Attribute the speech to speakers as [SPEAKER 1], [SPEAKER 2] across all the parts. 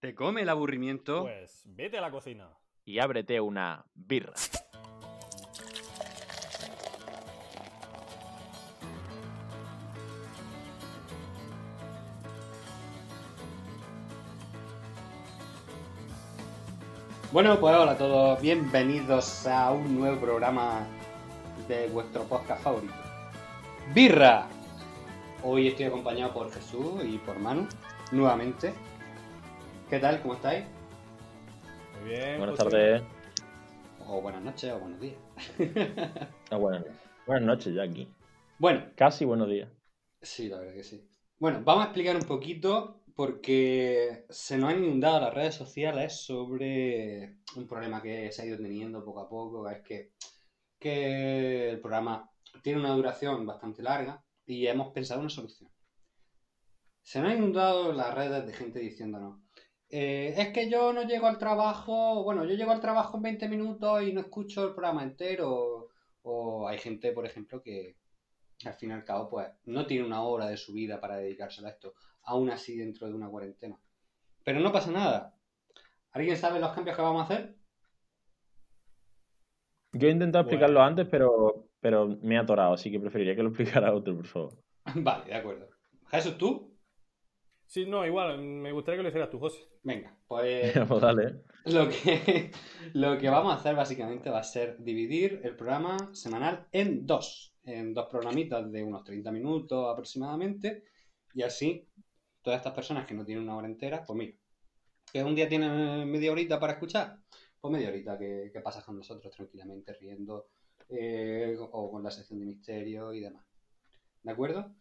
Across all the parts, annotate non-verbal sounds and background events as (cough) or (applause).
[SPEAKER 1] Te come el aburrimiento.
[SPEAKER 2] Pues vete a la cocina.
[SPEAKER 3] y ábrete una birra.
[SPEAKER 1] Bueno, pues hola a todos. Bienvenidos a un nuevo programa de vuestro podcast favorito. Birra. Hoy estoy acompañado por Jesús y por Manu, nuevamente. ¿Qué tal? ¿Cómo estáis?
[SPEAKER 2] Muy bien.
[SPEAKER 3] Buenas
[SPEAKER 2] José.
[SPEAKER 3] tardes.
[SPEAKER 1] O buenas noches o buenos días.
[SPEAKER 3] Ah, buenas, buenas noches ya aquí.
[SPEAKER 1] Bueno,
[SPEAKER 3] Casi buenos días.
[SPEAKER 1] Sí, la verdad que sí. Bueno, vamos a explicar un poquito porque se nos han inundado las redes sociales sobre un problema que se ha ido teniendo poco a poco, que es que, que el programa tiene una duración bastante larga y hemos pensado una solución. Se nos han inundado las redes de gente diciéndonos, eh, es que yo no llego al trabajo, bueno, yo llego al trabajo en 20 minutos y no escucho el programa entero. O hay gente, por ejemplo, que, que al fin y al cabo, pues no tiene una hora de su vida para dedicársela a esto, aún así dentro de una cuarentena. Pero no pasa nada. ¿Alguien sabe los cambios que vamos a hacer? (laughs)
[SPEAKER 3] Yo he intentado
[SPEAKER 2] Bueno.
[SPEAKER 3] explicarlo antes, pero, pero me he atorado, así que preferiría que lo (laughs) explicara otro, por favor. (laughs)
[SPEAKER 1] Vale, de acuerdo. Jesús, tú,
[SPEAKER 2] Sí, no, igual, me gustaría que lo hicieras tú, José.
[SPEAKER 1] venga, pues
[SPEAKER 3] (laughs) Pues dale.
[SPEAKER 1] Lo que, (laughs) lo que vamos a hacer básicamente va a ser dividir el programa semanal en dos, en dos programitas de unos 30 minutos aproximadamente, y así todas estas personas que no tienen una hora entera, pues mira, que un día tienen eh, media horita para escuchar, pues media horita que, que pasas con nosotros tranquilamente riendo eh, o con la sección de misterio y demás. ¿De acuerdo?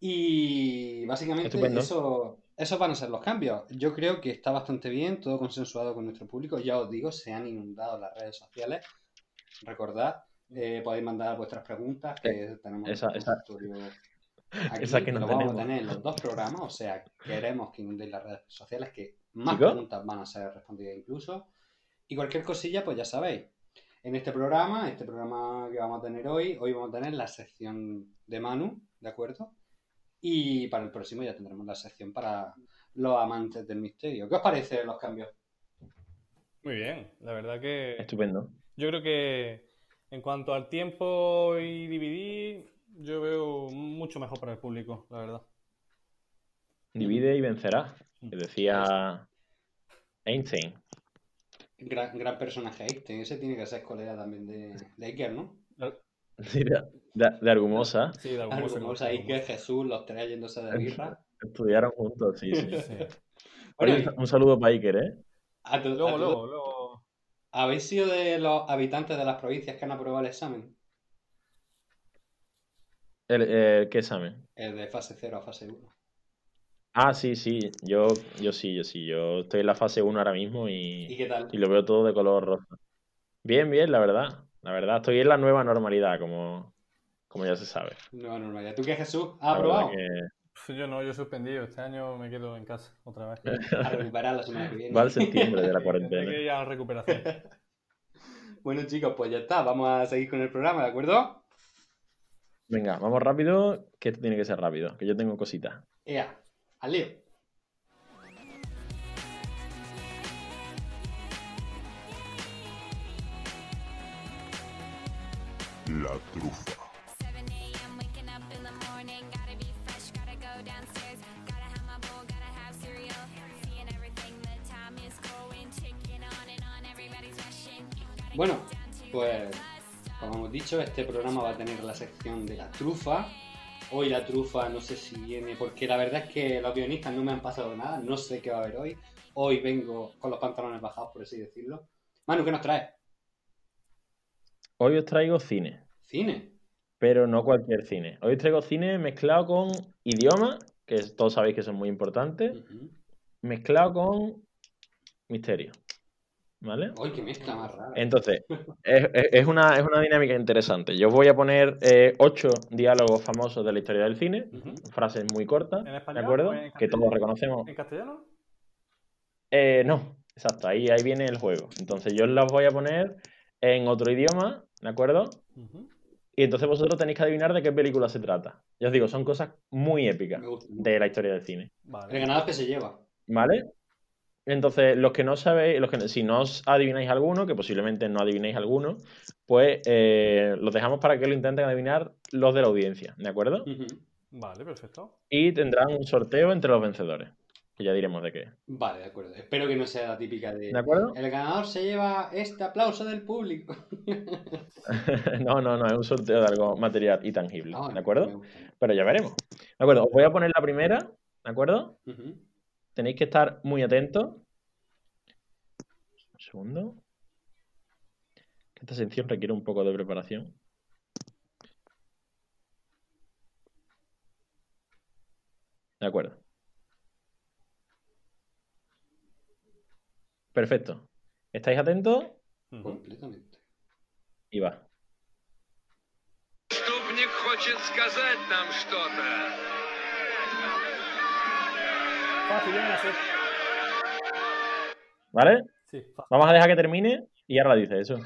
[SPEAKER 1] Y básicamente
[SPEAKER 3] Estupendo.
[SPEAKER 1] eso, esos van a ser los cambios. Yo creo que está bastante bien, todo consensuado con nuestro público. Ya os digo, se han inundado las redes sociales. Recordad, eh, podéis mandar vuestras preguntas, que tenemos
[SPEAKER 3] Eh, esa-
[SPEAKER 1] un
[SPEAKER 3] esa-
[SPEAKER 1] consultorio aquí,
[SPEAKER 3] esa que
[SPEAKER 1] que
[SPEAKER 3] no
[SPEAKER 1] lo vamos a
[SPEAKER 3] tenemos.
[SPEAKER 1] tener en los dos programas, o sea, queremos que inundéis las redes sociales, que más
[SPEAKER 3] Chicos.
[SPEAKER 1] preguntas van a ser respondidas incluso. Y cualquier cosilla, pues ya sabéis. En este programa, este programa que vamos a tener hoy, hoy vamos a tener la sección de Manu, ¿de acuerdo? Y para el próximo ya tendremos la sección para los amantes del misterio. ¿Qué os parece los cambios?
[SPEAKER 2] Muy bien. La verdad que.
[SPEAKER 3] Estupendo.
[SPEAKER 2] Yo creo que en cuanto al tiempo y dividir, yo veo mucho mejor para el público, la verdad.
[SPEAKER 3] Divide y vencerás. Que decía Einstein. (laughs)
[SPEAKER 1] Gran, gran personaje Einstein, ese tiene que ser colega también de, de Iker, ¿no?
[SPEAKER 3] Sí, De, de- de Argumosa.
[SPEAKER 2] Sí, de algún
[SPEAKER 1] Algo
[SPEAKER 2] modo,
[SPEAKER 1] como
[SPEAKER 2] de algún
[SPEAKER 1] Iker, Jesús, los tres yéndose de birra.
[SPEAKER 3] Estudiaron juntos, sí, sí.
[SPEAKER 2] (laughs) modo. Sí.
[SPEAKER 1] Bueno,
[SPEAKER 3] Oye, un saludo para Iker, ¿eh?
[SPEAKER 1] a to- a
[SPEAKER 2] Luego,
[SPEAKER 3] (laughs)
[SPEAKER 1] todo-
[SPEAKER 2] luego, luego.
[SPEAKER 1] ¿Habéis sido de los habitantes de las provincias que han aprobado el examen?
[SPEAKER 3] El, el- ¿Qué examen?
[SPEAKER 1] El de fase 0 a fase 1.
[SPEAKER 3] Ah, sí, sí. Yo, yo sí, yo sí. Yo estoy en la fase 1 ahora mismo
[SPEAKER 1] ¿Y qué tal?
[SPEAKER 3] Y lo veo todo de color rosa. Bien, bien, la verdad. La verdad, estoy en la nueva normalidad, como, como ya se sabe.
[SPEAKER 1] No, normalidad. ¿Tú qué, Jesús?
[SPEAKER 3] La
[SPEAKER 1] ¿Has
[SPEAKER 3] verdad
[SPEAKER 1] aprobado?
[SPEAKER 2] Pf, Yo no, yo he suspendido. Este año me quedo en casa otra vez.
[SPEAKER 1] A recuperar la semana que
[SPEAKER 3] que
[SPEAKER 1] viene.
[SPEAKER 3] va al
[SPEAKER 2] (laughs)
[SPEAKER 3] septiembre de la
[SPEAKER 2] Tendré que
[SPEAKER 3] cuarentena.
[SPEAKER 2] ir a la recuperación.
[SPEAKER 1] Bueno, chicos, pues ya está. Vamos a seguir con el programa, ¿de acuerdo?
[SPEAKER 3] Venga, vamos rápido, que esto tiene que ser rápido, que yo tengo cositas.
[SPEAKER 1] Ea, al lío.
[SPEAKER 4] La trufa.
[SPEAKER 5] 7 a.m. waking up in the morning. Gotta be fresh, gotta go downstairs. Gotta have my bowl, gotta have cereal. Seeing everything, the time is going. Ticking on and on, everybody's rushing. Gotta
[SPEAKER 1] Bueno,
[SPEAKER 5] get down to
[SPEAKER 1] pues,
[SPEAKER 5] breakfast.
[SPEAKER 1] Como hemos dicho, este programa va a tener la sección de la trufa. Hoy la trufa no sé si viene, porque la verdad es que los guionistas no me han pasado nada. No sé qué va a haber hoy. Hoy vengo con los pantalones bajados, por así decirlo. Manu, ¿qué nos traes?
[SPEAKER 3] Hoy os traigo cine,
[SPEAKER 1] Cine.
[SPEAKER 3] pero no cualquier cine. Hoy os traigo cine mezclado con idioma, que es- todos sabéis que son muy importantes,
[SPEAKER 1] Ujú.
[SPEAKER 3] mezclado con misterio. ¿Vale?
[SPEAKER 1] Uy, qué mezcla más
[SPEAKER 3] Eh,
[SPEAKER 1] rara.
[SPEAKER 3] Entonces, es, es- es una, es una dinámica interesante. Yo os voy a poner eh, ocho diálogos famosos de la historia del cine,
[SPEAKER 1] Ujú.
[SPEAKER 3] frases muy cortas,
[SPEAKER 2] ¿En
[SPEAKER 3] ¿de
[SPEAKER 2] español?
[SPEAKER 3] acuerdo?
[SPEAKER 2] o en
[SPEAKER 3] Que
[SPEAKER 2] castellano?
[SPEAKER 3] todos reconocemos.
[SPEAKER 2] ¿En castellano?
[SPEAKER 3] Eh, no, exacto, ahí, ahí viene el juego. Entonces, yo las voy a poner en otro idioma, ¿de acuerdo?
[SPEAKER 2] Ujú.
[SPEAKER 3] Y entonces vosotros tenéis que adivinar de qué película se trata. Ya os digo, son cosas muy épicas
[SPEAKER 1] Me gusta.
[SPEAKER 3] de la historia del cine.
[SPEAKER 2] Vale.
[SPEAKER 1] El ganador que se lleva.
[SPEAKER 3] ¿Vale? Entonces, los que no sabéis, los que, si no os adivináis alguno, que posiblemente no adivinéis alguno, pues eh, los dejamos para que lo intenten adivinar los de la audiencia, ¿de acuerdo?
[SPEAKER 1] Ujú.
[SPEAKER 2] Vale, perfecto.
[SPEAKER 3] Y tendrán un sorteo entre los vencedores, que ya diremos de qué.
[SPEAKER 1] Vale, de acuerdo. Espero que no sea la típica de...
[SPEAKER 3] ¿De acuerdo? (laughs)
[SPEAKER 1] El ganador se lleva este aplauso del público.
[SPEAKER 3] no, no, no, es un sorteo de algo material y tangible,
[SPEAKER 1] Ah,
[SPEAKER 3] ¿de
[SPEAKER 1] me
[SPEAKER 3] acuerdo?
[SPEAKER 1] gusta.
[SPEAKER 3] Pero ya veremos. ¿De acuerdo? Os voy a poner la primera, ¿de acuerdo?
[SPEAKER 1] Ujú.
[SPEAKER 3] Tenéis que estar muy atentos. Un segundo. Esta sección requiere un poco de preparación. De acuerdo. Perfecto. ¿Estáis atentos?
[SPEAKER 2] Ujú.
[SPEAKER 1] Completamente.
[SPEAKER 3] Y va.
[SPEAKER 6] Преступник хочет сказать нам что-то.
[SPEAKER 2] Fácil, venga, sí.
[SPEAKER 3] ¿Vale?
[SPEAKER 2] Sí, fácil.
[SPEAKER 3] Vamos a dejar que termine y ahora dice eso.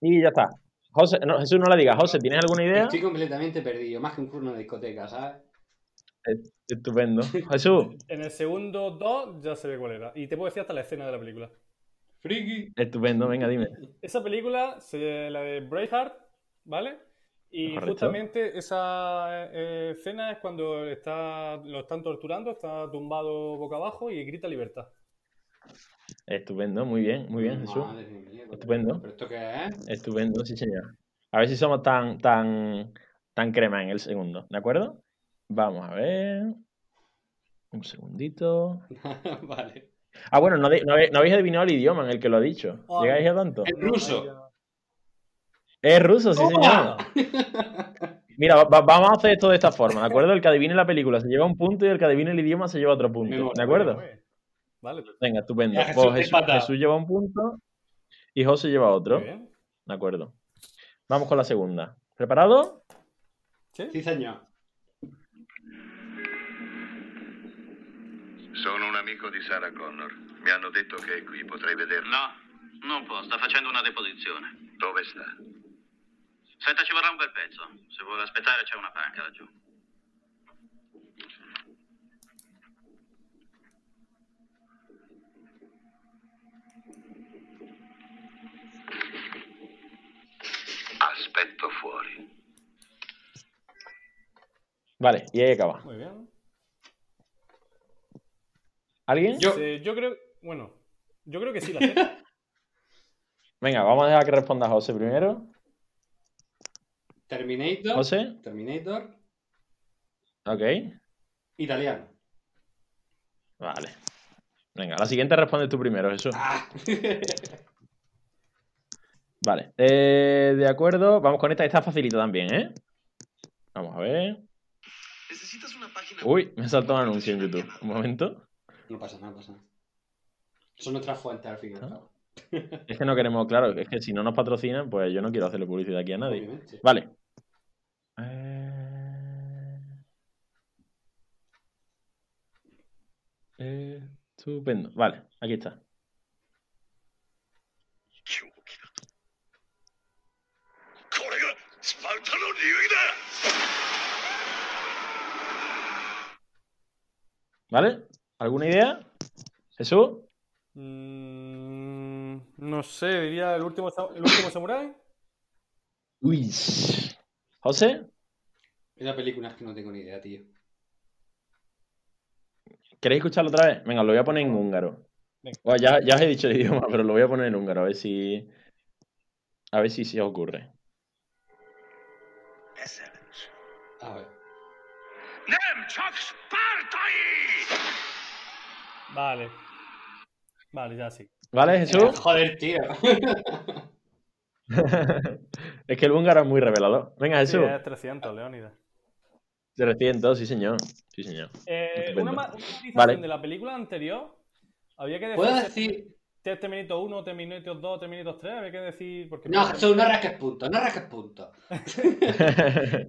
[SPEAKER 3] Y ya está. José, no, Jesús, no la digas. José, ¿tienes alguna idea?
[SPEAKER 1] Estoy completamente perdido, más que un turno de discoteca, ¿sabes?
[SPEAKER 3] Estupendo. Jesús,
[SPEAKER 2] En el segundo 2 ya se ve cuál era. Y te puedo decir hasta la escena de la película.
[SPEAKER 1] Friki.
[SPEAKER 3] estupendo. Venga, dime.
[SPEAKER 2] Esa película, se- la de Braveheart, ¿vale? Y
[SPEAKER 3] Correcto.
[SPEAKER 2] justamente esa eh, escena es cuando está, lo están torturando, está tumbado boca abajo y grita libertad.
[SPEAKER 3] Estupendo, muy bien, muy bien, Jesús.
[SPEAKER 1] Madre mía,
[SPEAKER 3] Estupendo.
[SPEAKER 1] ¿Pero esto qué es?
[SPEAKER 3] Estupendo, sí, señor. A ver si somos tan, tan, tan crema en el segundo, ¿de acuerdo? Vamos a ver. Un segundito.
[SPEAKER 1] (laughs) vale.
[SPEAKER 3] Ah, bueno, no, de- no habe- no habéis adivinado el idioma en el que lo ha dicho.
[SPEAKER 2] Ay.
[SPEAKER 3] ¿Llegáis a tanto?
[SPEAKER 1] El ruso.
[SPEAKER 3] Es ruso, sí, señor. Mira, va- va- vamos a hacer esto de esta forma, ¿de acuerdo? El que adivine la película se lleva un punto y el que adivine el idioma se lleva otro punto, ¿de acuerdo?
[SPEAKER 2] Vale,
[SPEAKER 3] Venga, estupendo.
[SPEAKER 1] Ya, Jesús,
[SPEAKER 3] Pues Jesús,
[SPEAKER 1] empatado.
[SPEAKER 3] Jesús lleva un punto y José lleva otro,
[SPEAKER 2] muy
[SPEAKER 3] ¿de
[SPEAKER 2] bien.
[SPEAKER 3] acuerdo? Vamos con la segunda. ¿Preparado?
[SPEAKER 2] Sí.
[SPEAKER 1] Sí, señor.
[SPEAKER 6] Sono un amico di Sarah Connor. Mi hanno detto che è qui, potrei vederla.
[SPEAKER 7] No, non può, sta facendo una deposizione.
[SPEAKER 6] Dove sta?
[SPEAKER 7] Senta, ci vorrà un bel pezzo. Se vuole aspettare c'è una panca laggiù.
[SPEAKER 6] Aspetto fuori.
[SPEAKER 3] Vale, y ahí acaba.
[SPEAKER 2] Muy bien.
[SPEAKER 3] ¿Alguien?
[SPEAKER 1] Yo.
[SPEAKER 2] Sí, yo creo, bueno, yo creo que sí la sé. (laughs)
[SPEAKER 3] Venga, vamos a dejar que responda José primero.
[SPEAKER 1] Terminator.
[SPEAKER 3] José,
[SPEAKER 1] Terminator.
[SPEAKER 3] ok.
[SPEAKER 1] Italiano.
[SPEAKER 3] Vale. Venga, la siguiente responde tú primero, Jesús.
[SPEAKER 1] Ah.
[SPEAKER 3] Vale. Eh, de acuerdo, vamos con esta. Esta facilita también, ¿eh? Vamos a ver.
[SPEAKER 6] Necesitas una página
[SPEAKER 3] Uy, me saltó un anuncio en YouTube. Un momento.
[SPEAKER 1] no pasa nada, no pasa nada. Son nuestras fuentes al fin y al
[SPEAKER 3] Ah,
[SPEAKER 1] cabo.
[SPEAKER 3] Es que no queremos, claro, es que si no nos patrocinan, pues yo no quiero hacerle publicidad aquí a nadie.
[SPEAKER 1] Obviamente.
[SPEAKER 3] Vale. Eh, eh, Estupendo. Vale, aquí está. ¿Vale? ¿Alguna idea? ¿Jesús?
[SPEAKER 2] Mm, no sé, diría el último, sa- el último samurái.
[SPEAKER 3] Uy. ¿José?
[SPEAKER 1] Esa película es que no tengo ni idea, tío.
[SPEAKER 3] ¿Queréis escucharlo otra vez? Venga, lo voy a poner en húngaro.
[SPEAKER 2] Venga.
[SPEAKER 3] Bueno, ya, ya os he dicho el idioma, pero lo voy a poner en húngaro, a ver si. A ver si se os ocurre.
[SPEAKER 1] A ver.
[SPEAKER 6] Nem csak Spartai!
[SPEAKER 2] Vale. Vale, ya sí.
[SPEAKER 3] ¿Vale, Jesús?
[SPEAKER 1] Eh, Joder, tío.
[SPEAKER 3] (laughs) es que el húngaro es muy revelador. Venga,
[SPEAKER 2] Sí,
[SPEAKER 3] Jesús.
[SPEAKER 2] es 300, Leónidas.
[SPEAKER 3] 300, sí, señor. Sí, señor.
[SPEAKER 2] Eh,
[SPEAKER 3] Estupendo.
[SPEAKER 2] una ma- una matización
[SPEAKER 3] Vale.
[SPEAKER 2] de la película anterior había
[SPEAKER 1] (laughs)
[SPEAKER 2] que
[SPEAKER 1] ¿Puedo
[SPEAKER 2] decir
[SPEAKER 1] decir
[SPEAKER 2] Terminator 1, Terminator 2, Terminator 3, había que decir. Porque
[SPEAKER 1] No, Jesús, no rasques puntos, no rasques puntos.
[SPEAKER 3] (laughs)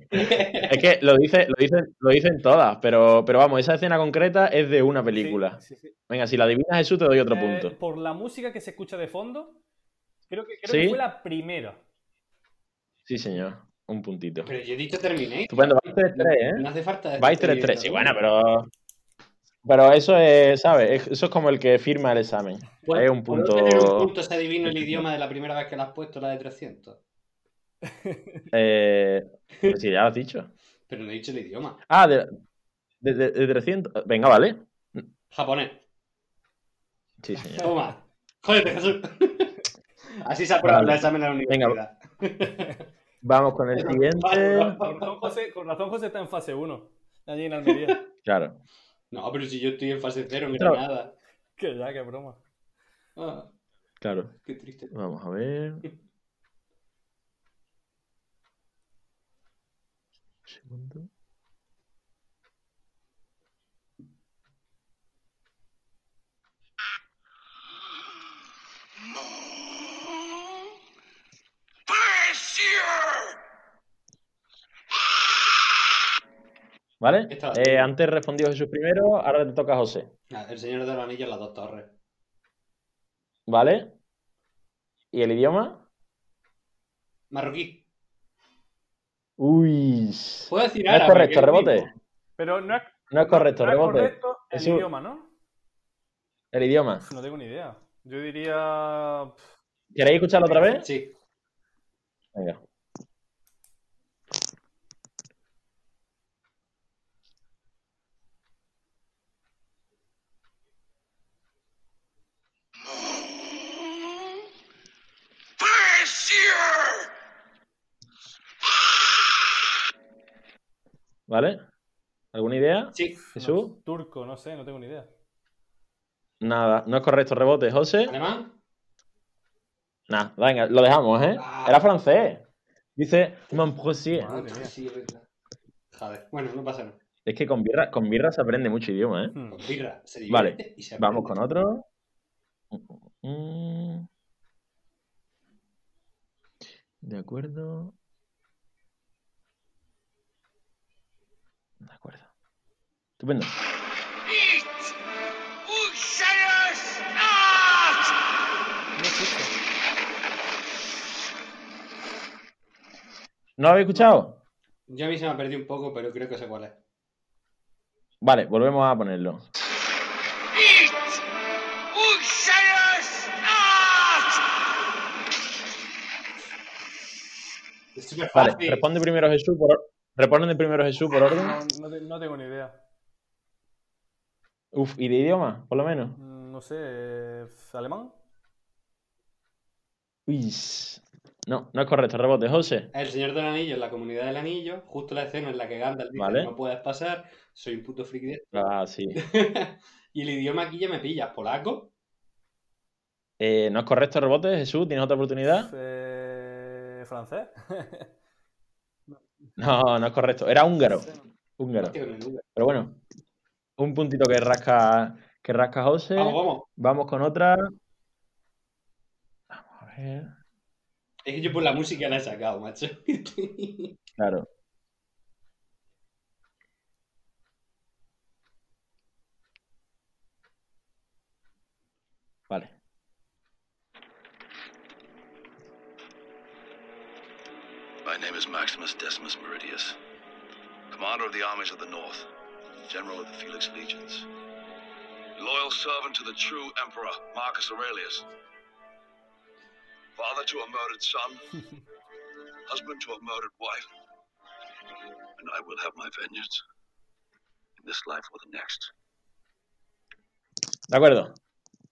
[SPEAKER 3] es que lo, dice, lo, dicen, lo dicen todas, pero, pero vamos, esa escena concreta es de una película.
[SPEAKER 2] Sí, sí, sí.
[SPEAKER 3] Venga, si la adivinas Jesús, te doy otro
[SPEAKER 2] Eh,
[SPEAKER 3] punto.
[SPEAKER 2] por la música que se escucha de fondo, creo que, creo
[SPEAKER 3] Sí.
[SPEAKER 2] que fue la primera.
[SPEAKER 3] Sí, señor. Un puntito.
[SPEAKER 1] Pero yo he dicho terminé.
[SPEAKER 3] Estupendo, vais 3-3, ¿eh?
[SPEAKER 1] No hace falta decir
[SPEAKER 3] Vais 3-3. Sí,
[SPEAKER 1] Terminator.
[SPEAKER 3] bueno, pero. Pero eso es, ¿sabes? Es- Eso es como el que firma el examen.
[SPEAKER 1] ¿Puedo-
[SPEAKER 3] Es un
[SPEAKER 1] puedo
[SPEAKER 3] punto.
[SPEAKER 1] tener un punto si adivino el idioma de la primera vez que la has puesto, la de 300.
[SPEAKER 3] Eh, pues sí, ya lo has dicho.
[SPEAKER 1] Pero no he dicho el idioma.
[SPEAKER 3] Ah, de, de, de- de 300. Venga, vale.
[SPEAKER 1] Japonés. (laughs)
[SPEAKER 3] Sí, señor.
[SPEAKER 1] Toma. Jódete, Jesús. (laughs) Así se aprueba
[SPEAKER 3] Vale.
[SPEAKER 1] el examen a la universidad.
[SPEAKER 3] Vamos con el siguiente.
[SPEAKER 2] Con razón José, con razón José está en fase 1. Allí en
[SPEAKER 3] (laughs)
[SPEAKER 2] Almería.
[SPEAKER 3] Claro.
[SPEAKER 1] No, pero si yo estoy en fase cero, en
[SPEAKER 3] Claro.
[SPEAKER 1] Granada.
[SPEAKER 2] que ya, qué broma.
[SPEAKER 1] Ah,
[SPEAKER 3] Claro.
[SPEAKER 1] qué triste.
[SPEAKER 3] Vamos a ver. Segundo. ¿Vale?
[SPEAKER 1] Esta la
[SPEAKER 3] Eh,
[SPEAKER 1] tengo.
[SPEAKER 3] antes respondió Jesús primero, ahora te toca a José.
[SPEAKER 1] Ah, el señor de los anillos, las dos torres.
[SPEAKER 3] ¿Vale? ¿Y el idioma?
[SPEAKER 1] Marroquí.
[SPEAKER 3] Uy.
[SPEAKER 1] ¿Puedo decir
[SPEAKER 3] No es
[SPEAKER 1] árabe? Ah,
[SPEAKER 3] correcto,
[SPEAKER 1] que
[SPEAKER 3] rebote.
[SPEAKER 2] Pero no es,
[SPEAKER 3] No es correcto,
[SPEAKER 2] no es
[SPEAKER 3] rebote.
[SPEAKER 2] correcto el
[SPEAKER 3] Jesús.
[SPEAKER 2] idioma, ¿no?
[SPEAKER 3] El idioma.
[SPEAKER 2] No tengo ni idea. Yo diría. pff,
[SPEAKER 3] ¿Queréis escucharlo otra vez?
[SPEAKER 1] Sí.
[SPEAKER 3] Venga. ¿Vale? ¿Alguna idea?
[SPEAKER 1] Sí.
[SPEAKER 3] ¿Jesús?
[SPEAKER 2] Turco, no sé, no tengo ni idea.
[SPEAKER 3] Nada, no es correcto. Rebote, José.
[SPEAKER 1] ¿Alemán?
[SPEAKER 3] Nada, venga, lo dejamos, ¿eh?
[SPEAKER 1] Ah.
[SPEAKER 3] Era francés. Dice Montpensier.
[SPEAKER 2] Madre mía.
[SPEAKER 1] Sí, es verdad. Joder. Bueno, no pasa nada.
[SPEAKER 3] Es que con birra, con birra se aprende mucho idioma, ¿eh?
[SPEAKER 2] Hmm.
[SPEAKER 1] Con birra se
[SPEAKER 3] Vale.
[SPEAKER 1] divierte y se aprende.
[SPEAKER 3] Vamos con otro. Mm. De acuerdo. De acuerdo. Estupendo. ¿No lo habéis escuchado?
[SPEAKER 1] Yo a mí se me ha perdido un poco, pero creo que sé cuál es.
[SPEAKER 3] Vale, volvemos a ponerlo.
[SPEAKER 1] Es súper
[SPEAKER 3] Vale,
[SPEAKER 1] fácil.
[SPEAKER 3] responde primero Jesús por or- responde primero Jesús por orden.
[SPEAKER 2] No, no te- no tengo ni idea.
[SPEAKER 3] Uf, y de idioma, por lo menos.
[SPEAKER 2] Mm, No sé, eh, alemán.
[SPEAKER 3] Uy. No, no es correcto, rebote, José.
[SPEAKER 1] El Señor del Anillo en la comunidad del anillo, justo la escena en la que Gandalf dice
[SPEAKER 3] Vale.
[SPEAKER 1] no puedes pasar, soy un puto friki de (laughs)
[SPEAKER 3] Ah, sí.
[SPEAKER 1] y el idioma aquí ya me pillas, polaco.
[SPEAKER 3] Eh, no es correcto, rebote, Jesús, ¿tienes otra oportunidad?
[SPEAKER 2] Eh, francés.
[SPEAKER 3] No, no es correcto.
[SPEAKER 2] (laughs)
[SPEAKER 3] Era húngaro. Húngaro.
[SPEAKER 1] Hostia, con el V.
[SPEAKER 3] Pero bueno, un puntito que rasca, que rasca José.
[SPEAKER 1] Vamos, vamos.
[SPEAKER 3] Vamos con otra. Vamos a ver.
[SPEAKER 1] Es que yo por la música la he sacado, macho.
[SPEAKER 3] Claro. Vale.
[SPEAKER 6] My name is Maximus Decimus Meridius, commander of the armies of the North, general of the Felix Legions, loyal servant to the true emperor Marcus Aurelius, father to a murdered son, husband to a murdered wife, and I will have my vengeance in this life or the next.
[SPEAKER 3] De acuerdo.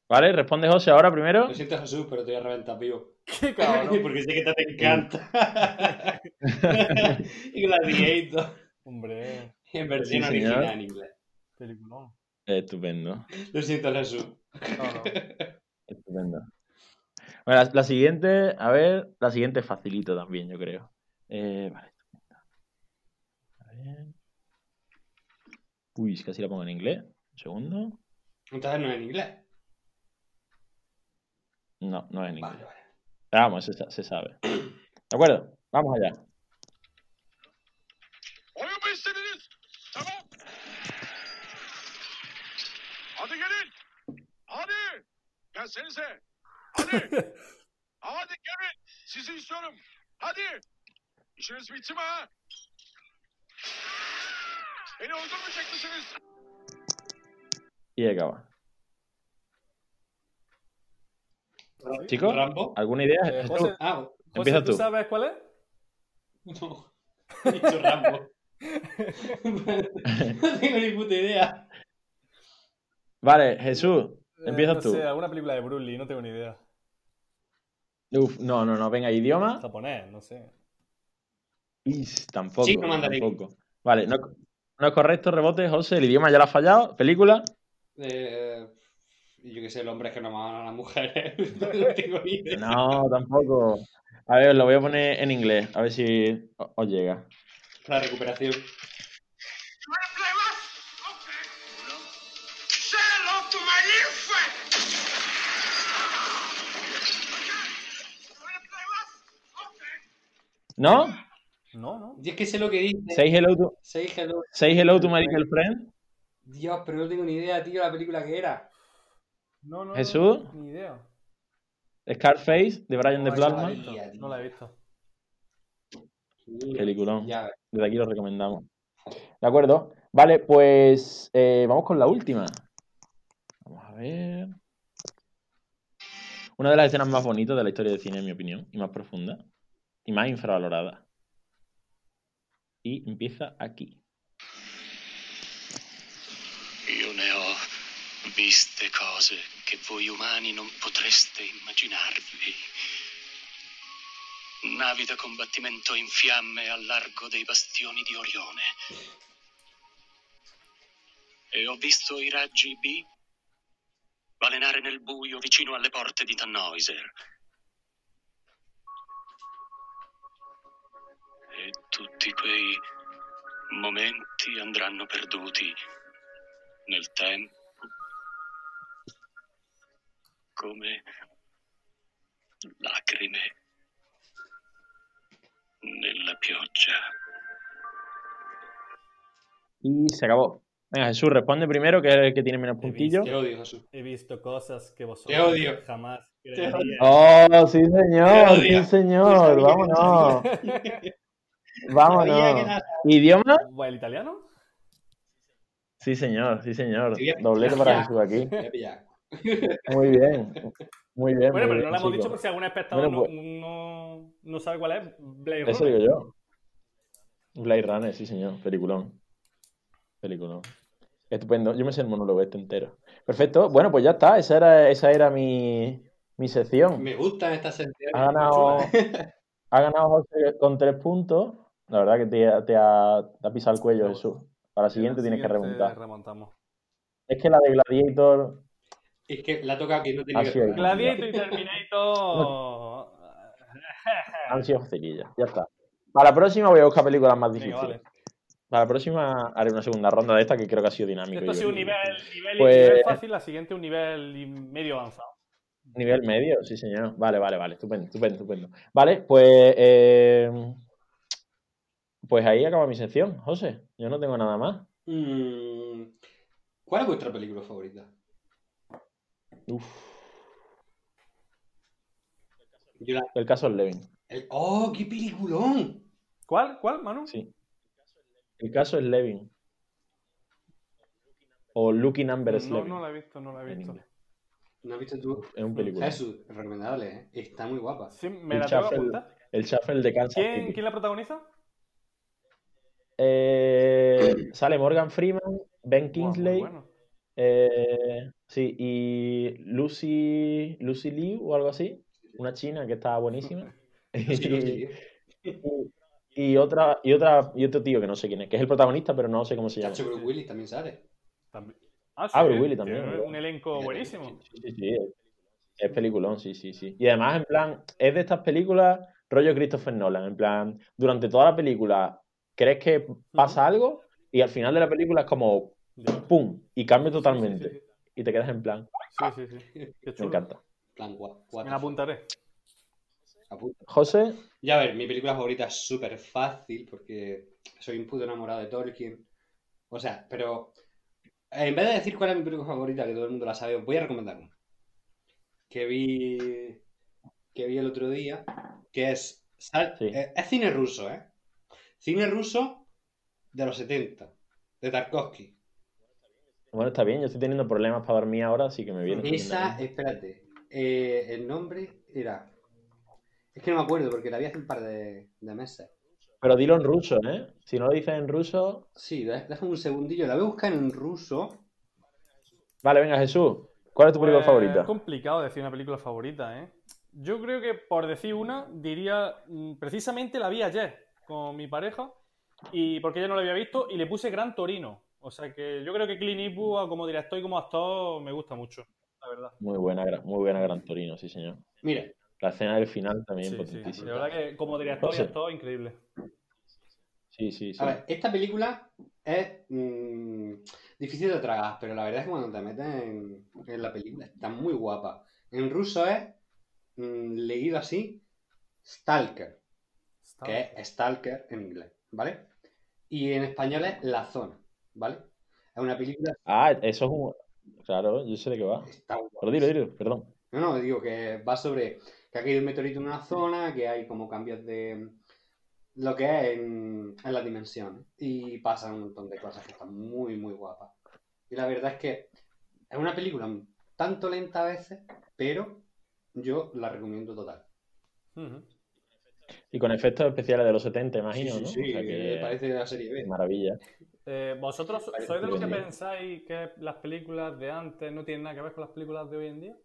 [SPEAKER 3] Vale, responde José ahora primero.
[SPEAKER 1] Lo siento, Jesús, pero te voy a reventar vivo.
[SPEAKER 2] Qué cabrón.
[SPEAKER 1] (laughs) Porque sé que te, te
[SPEAKER 3] (laughs)
[SPEAKER 1] encanta. (laughs) y Gladiator.
[SPEAKER 2] (laughs) Hombre,
[SPEAKER 1] En versión
[SPEAKER 3] Sí, señor.
[SPEAKER 1] original en inglés.
[SPEAKER 2] peliculón.
[SPEAKER 3] Estupendo.
[SPEAKER 1] Lo siento, Jesús.
[SPEAKER 2] No, no.
[SPEAKER 3] Estupendo. Bueno, la, la siguiente, a ver, la siguiente es facilito también, yo creo. Eh, vale, estupendo. A ver. Uy, casi la pongo en inglés. Un segundo.
[SPEAKER 1] Entonces no es en inglés.
[SPEAKER 3] No, no es ninguno.
[SPEAKER 1] Vale, vale.
[SPEAKER 3] Pero Vamos, se, sa- se sabe. ¿De acuerdo? Vamos allá.
[SPEAKER 6] Uyup istediniz. Tamam. Hadi gelin. Hadi. Gelsenize. Hadi. Hadi gelin. Sizi istiyorum. Hadi. İşiniz bitti mi ha? Beni öldürmeyecek misiniz?
[SPEAKER 3] Y acaba. Chicos,
[SPEAKER 1] ¿Rambo?
[SPEAKER 3] ¿alguna idea?
[SPEAKER 2] Eh, José,
[SPEAKER 1] Ah,
[SPEAKER 2] José,
[SPEAKER 3] Empieza
[SPEAKER 2] Pues, ¿tú
[SPEAKER 3] tú.
[SPEAKER 2] sabes cuál es? Eh,
[SPEAKER 1] no. (laughs) He dicho Rambo. no tengo ni puta idea.
[SPEAKER 3] Vale, Jesús.
[SPEAKER 2] Eh,
[SPEAKER 3] Empieza
[SPEAKER 2] no
[SPEAKER 3] tú.
[SPEAKER 2] sé, alguna película de Bruce Lee, no tengo ni idea.
[SPEAKER 3] Uf, no, no, no. Venga, idioma.
[SPEAKER 2] Japonés, no sé.
[SPEAKER 3] Is, tampoco.
[SPEAKER 1] Chino mandarín.
[SPEAKER 3] tampoco. Vale, no, no es correcto, rebote, José. El idioma ya lo has fallado. Película.
[SPEAKER 1] Eh, yo qué sé, el hombre es que no matan a las mujeres. (laughs) no tengo ni idea.
[SPEAKER 3] No, tampoco. A ver, lo voy a poner en inglés. A ver si o- os llega.
[SPEAKER 1] La recuperación.
[SPEAKER 6] You wanna play rough? Okay. Say hello to my little friend. You wanna play rough? Okay.
[SPEAKER 3] ¿No?
[SPEAKER 2] No, no.
[SPEAKER 1] Yo es que sé lo que dice.
[SPEAKER 3] Say hello to,
[SPEAKER 1] Say hello.
[SPEAKER 3] say hello to my little friend.
[SPEAKER 1] Dios, pero no tengo ni idea, tío, la película que era.
[SPEAKER 2] No, no, no,
[SPEAKER 3] Jesús.
[SPEAKER 2] Ni idea.
[SPEAKER 3] Scarface, de Brian
[SPEAKER 2] No, esa
[SPEAKER 3] De Plasma.
[SPEAKER 2] la he visto, No la he visto.
[SPEAKER 3] Peliculón.
[SPEAKER 1] Ya,
[SPEAKER 3] Desde aquí lo recomendamos. De acuerdo. Vale, pues eh, vamos con la última. Vamos a ver. Una de las escenas más bonitas de la historia del cine, en mi opinión, y más profunda, y más infravalorada. Y empieza aquí.
[SPEAKER 8] Io ne ho viste cose che voi umani non potreste immaginarvi. Navi da combattimento in fiamme al largo dei bastioni di Orione. E ho visto i raggi B balenare nel buio vicino alle porte di Tannhäuser. E tutti quei momenti andranno perduti nel tempo come lacrime nella pioggia.
[SPEAKER 3] Y se acabó. Venga, Jesús, responde primero, que es el que tiene menos puntillos.
[SPEAKER 1] Te odio, Jesús.
[SPEAKER 2] He visto cosas que vosotros
[SPEAKER 1] Te odio.
[SPEAKER 2] jamás
[SPEAKER 1] odio.
[SPEAKER 2] creeríais.
[SPEAKER 3] Oh, sí,
[SPEAKER 1] Yo
[SPEAKER 3] señor,
[SPEAKER 1] lo digo.
[SPEAKER 3] sí, señor.
[SPEAKER 1] Yo lo digo.
[SPEAKER 3] Vámonos.
[SPEAKER 1] Sabía que
[SPEAKER 3] Vámonos.
[SPEAKER 1] era-
[SPEAKER 3] ¿Idioma?
[SPEAKER 2] ¿Va ¿El italiano?
[SPEAKER 3] Sí, señor, sí, señor.
[SPEAKER 1] Te voy a-
[SPEAKER 3] Doblete para Jesús aquí.
[SPEAKER 1] Te voy a pillar.
[SPEAKER 3] Muy bien. Muy
[SPEAKER 2] Bueno, pero
[SPEAKER 3] bien. muy
[SPEAKER 2] no
[SPEAKER 3] bien,
[SPEAKER 2] lo hemos
[SPEAKER 3] chicos.
[SPEAKER 2] dicho por si algún espectador
[SPEAKER 3] Bueno, pues-
[SPEAKER 2] no, no, no sabe cuál es. Blade
[SPEAKER 3] Eso
[SPEAKER 2] Runner.
[SPEAKER 3] digo yo. Blade Runner, sí, señor. Peliculón. Peliculón. Estupendo. Yo me sé el monólogo este entero. Perfecto. Bueno, pues ya está. Esa era, esa era mi, mi sección.
[SPEAKER 1] Me gustan estas sentencias.
[SPEAKER 3] Ha ganado, (laughs) ha ganado José con tres puntos. La verdad que te, te ha, te ha pisado el cuello, Jesús. Para la siguiente tienes que
[SPEAKER 2] Ah, Siguiente
[SPEAKER 3] remontar.
[SPEAKER 2] remontamos.
[SPEAKER 3] Es que la de Gladiator.
[SPEAKER 1] Es que la toca que no tenía
[SPEAKER 3] Así
[SPEAKER 1] que tocar.
[SPEAKER 3] es.
[SPEAKER 2] Gladiator y
[SPEAKER 3] (laughs)
[SPEAKER 2] Terminator.
[SPEAKER 3] Han sido cerillas. Ya está. Para la próxima voy a buscar películas más
[SPEAKER 2] Venga,
[SPEAKER 3] difíciles.
[SPEAKER 2] vale.
[SPEAKER 3] Para la próxima haré una segunda ronda de esta que creo que ha sido dinámico.
[SPEAKER 2] Esto ha
[SPEAKER 3] y
[SPEAKER 2] sido un
[SPEAKER 3] divertido.
[SPEAKER 2] nivel, nivel,
[SPEAKER 3] Pues-
[SPEAKER 2] nivel fácil, la siguiente un nivel y medio avanzado.
[SPEAKER 3] Nivel medio, sí, señor. Vale, vale, vale. Estupendo, estupendo, estupendo. Vale, pues. eh, pues ahí acaba mi sección, José. Yo no tengo nada más.
[SPEAKER 1] Mm, ¿Cuál es vuestra película favorita?
[SPEAKER 3] Uf,
[SPEAKER 1] Yo la-
[SPEAKER 3] el caso es Levin.
[SPEAKER 1] el- ¡Oh, qué peliculón!
[SPEAKER 2] ¿Cuál? ¿Cuál, Manu?
[SPEAKER 3] Sí. El caso es Levin. O Lucky Numbers
[SPEAKER 2] no,
[SPEAKER 3] Levin.
[SPEAKER 2] no la he visto, no la he
[SPEAKER 3] en
[SPEAKER 2] visto.
[SPEAKER 3] inglés.
[SPEAKER 1] ¿No has visto tú?
[SPEAKER 3] Es un película.
[SPEAKER 1] Jesús, recomendable, ¿eh? Está muy
[SPEAKER 2] (laughs)
[SPEAKER 1] guapa.
[SPEAKER 2] Sí, me
[SPEAKER 3] El
[SPEAKER 2] la tengo que
[SPEAKER 3] Chaffel.
[SPEAKER 2] apuntar.
[SPEAKER 3] El Shuffle de Kansas
[SPEAKER 2] ¿Quién,
[SPEAKER 3] City.
[SPEAKER 2] quién la protagoniza?
[SPEAKER 3] Eh, sale Morgan Freeman,
[SPEAKER 2] Buah,
[SPEAKER 3] Ben
[SPEAKER 2] muy
[SPEAKER 3] Kingsley.
[SPEAKER 2] bueno.
[SPEAKER 3] Eh, sí, y Lucy, Lucy Liu o algo así, una china que
[SPEAKER 2] (laughs)
[SPEAKER 3] está buenísima.
[SPEAKER 1] Sí, sí,
[SPEAKER 3] (laughs)
[SPEAKER 1] sí.
[SPEAKER 3] y, y otra, y otra, y otro tío que no sé quién es, que es el protagonista, pero no sé cómo se llama.
[SPEAKER 1] Chacho, pero Willy también sale.
[SPEAKER 2] También. Ah, sí,
[SPEAKER 3] Ah, pero Willy también,
[SPEAKER 2] tiene
[SPEAKER 3] ¿verdad?
[SPEAKER 2] Un elenco buenísimo.
[SPEAKER 3] Sí, sí, sí, es, es peliculón, sí, sí, sí. Y además, en plan, es de estas películas rollo Christopher Nolan, en plan, durante toda la película crees que pasa algo y al final de la película es como
[SPEAKER 2] Ya.
[SPEAKER 3] ¡pum! y cambia
[SPEAKER 2] Sí,
[SPEAKER 3] totalmente
[SPEAKER 2] sí,
[SPEAKER 3] y te quedas en plan,
[SPEAKER 2] Sí, sí, sí. Qué
[SPEAKER 3] me
[SPEAKER 2] chulo.
[SPEAKER 3] encanta.
[SPEAKER 1] Plan gua-
[SPEAKER 2] Me
[SPEAKER 1] what
[SPEAKER 2] la
[SPEAKER 1] the fuck.
[SPEAKER 2] apuntaré.
[SPEAKER 1] Apunta.
[SPEAKER 3] José,
[SPEAKER 1] Ya ver, mi película favorita es súper fácil porque soy un puto enamorado de Tolkien. O sea, pero eh, en vez de decir cuál es mi película favorita, que todo el mundo la sabe, os voy a recomendar una. Que vi, que vi el otro día, que es... sal-
[SPEAKER 3] Sí.
[SPEAKER 1] eh, es cine ruso, ¿eh? Cine ruso de los 70, de Tarkovsky.
[SPEAKER 3] bueno, está bien, yo estoy teniendo problemas para dormir ahora, así que me viene.
[SPEAKER 1] Esa, espérate. eh, el nombre era. Es que no me acuerdo porque la vi hace un par de, de meses.
[SPEAKER 3] Pero dilo en ruso, ¿eh? Si no lo dices en ruso.
[SPEAKER 1] Sí, de- déjame un segundillo. La voy a buscar en ruso.
[SPEAKER 3] Vale, venga, Jesús. ¿Cuál es tu película
[SPEAKER 2] Eh,
[SPEAKER 3] favorita?
[SPEAKER 2] Es complicado decir una película favorita, ¿eh? Yo creo que por decir una, diría, mm, precisamente la vi ayer con mi pareja, y porque ella no la había visto, y le puse Gran Torino. O sea que yo creo que Clint Eastwood, como director y como actor, me gusta mucho, la verdad.
[SPEAKER 3] Muy buena, gra- muy buena Gran Torino, sí, señor.
[SPEAKER 1] Mira,
[SPEAKER 3] La escena del final también,
[SPEAKER 2] Sí, sí,
[SPEAKER 3] potentísima.
[SPEAKER 2] La verdad que como director y
[SPEAKER 3] José.
[SPEAKER 2] actor, increíble.
[SPEAKER 3] Sí, sí, sí.
[SPEAKER 1] a ver, esta película es mm, difícil de tragar, pero la verdad es que cuando te metes en, en la película está muy guapa. En ruso es, mm, leído así, Stalker,
[SPEAKER 2] Está-
[SPEAKER 1] que es Stalker en inglés, ¿vale? Y en español es La Zona, ¿vale? Es una película.
[SPEAKER 3] Ah, eso es un. Claro, yo sé de qué va.
[SPEAKER 1] Está guapa.
[SPEAKER 3] Pero dilo, dilo, perdón.
[SPEAKER 1] No, no, digo que va sobre que ha caído un meteorito en una zona, que hay como cambios de lo que es en, en las dimensiones. Y pasan un montón de cosas que están muy, muy guapas. Y la verdad es que es una película un tanto lenta a veces, pero yo la recomiendo total.
[SPEAKER 2] Ujú.
[SPEAKER 3] Y con efectos especiales de los 70, imagino,
[SPEAKER 1] sí,
[SPEAKER 3] ¿no?
[SPEAKER 1] sí,
[SPEAKER 3] O sea
[SPEAKER 1] sí,
[SPEAKER 3] que-
[SPEAKER 1] parece la serie
[SPEAKER 3] qué
[SPEAKER 1] B.
[SPEAKER 3] Maravilla.
[SPEAKER 2] Eh, ¿Vosotros so- sois de los que
[SPEAKER 3] Bien.
[SPEAKER 2] pensáis que las películas de antes no tienen nada que ver con las películas de hoy en día?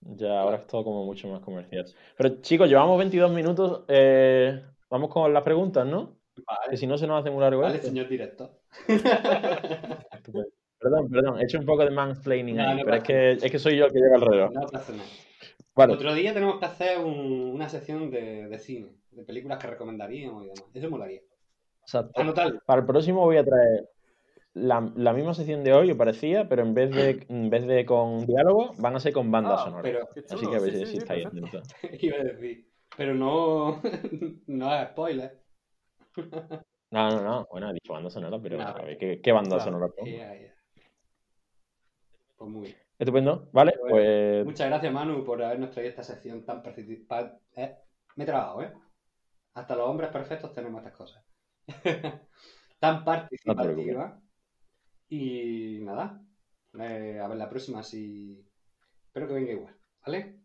[SPEAKER 3] Ya, ahora es todo como mucho más comercial. Pero chicos, llevamos 22 minutos. eh, vamos con las preguntas, ¿no? Que
[SPEAKER 1] Vale,
[SPEAKER 3] si no se nos hace muy largo
[SPEAKER 1] vale,
[SPEAKER 3] esto.
[SPEAKER 1] señor director.
[SPEAKER 3] Estupendo. Perdón, perdón, he hecho un poco de mansplaining
[SPEAKER 1] No,
[SPEAKER 3] ahí,
[SPEAKER 1] no
[SPEAKER 3] pero es
[SPEAKER 1] pasa
[SPEAKER 3] que, es que soy yo el que lleva el reloj.
[SPEAKER 1] No pasa nada.
[SPEAKER 3] Vale,
[SPEAKER 1] Otro día tenemos que hacer un- una sección de, de cine, de películas que recomendaríamos y demás. Eso molaría.
[SPEAKER 3] exacto.
[SPEAKER 1] Anotadlo.
[SPEAKER 3] Para el próximo voy a traer la, la misma sección de hoy, o parecía, pero en vez de, en vez de con diálogo, van a ser con bandas
[SPEAKER 2] Ah,
[SPEAKER 3] sonoras.
[SPEAKER 1] Pero
[SPEAKER 2] Qué chulo,
[SPEAKER 3] Así que a ver
[SPEAKER 2] sí,
[SPEAKER 3] si
[SPEAKER 2] sí,
[SPEAKER 3] si
[SPEAKER 2] sí,
[SPEAKER 3] estáis (laughs)
[SPEAKER 2] perfecto.
[SPEAKER 3] atentos.
[SPEAKER 1] (laughs) Iba a decir, pero no, (laughs) no es spoiler.
[SPEAKER 3] No, no, no. Bueno, he dicho banda sonora, pero
[SPEAKER 1] Nada.
[SPEAKER 3] a ver, ¿qué, qué banda
[SPEAKER 2] Claro. Eh,
[SPEAKER 3] sonora pongo?
[SPEAKER 1] Ya, ya. Pues muy bien.
[SPEAKER 3] Estupendo, ¿vale?
[SPEAKER 1] Bueno,
[SPEAKER 3] Pues
[SPEAKER 1] Muchas gracias, Manu, por habernos traído esta sección tan participada. me he trabado, ¿eh? Hasta los hombres perfectos tenemos estas cosas. (laughs) tan participativa. y nada. eh, a ver la próxima si. Espero que venga igual, ¿vale?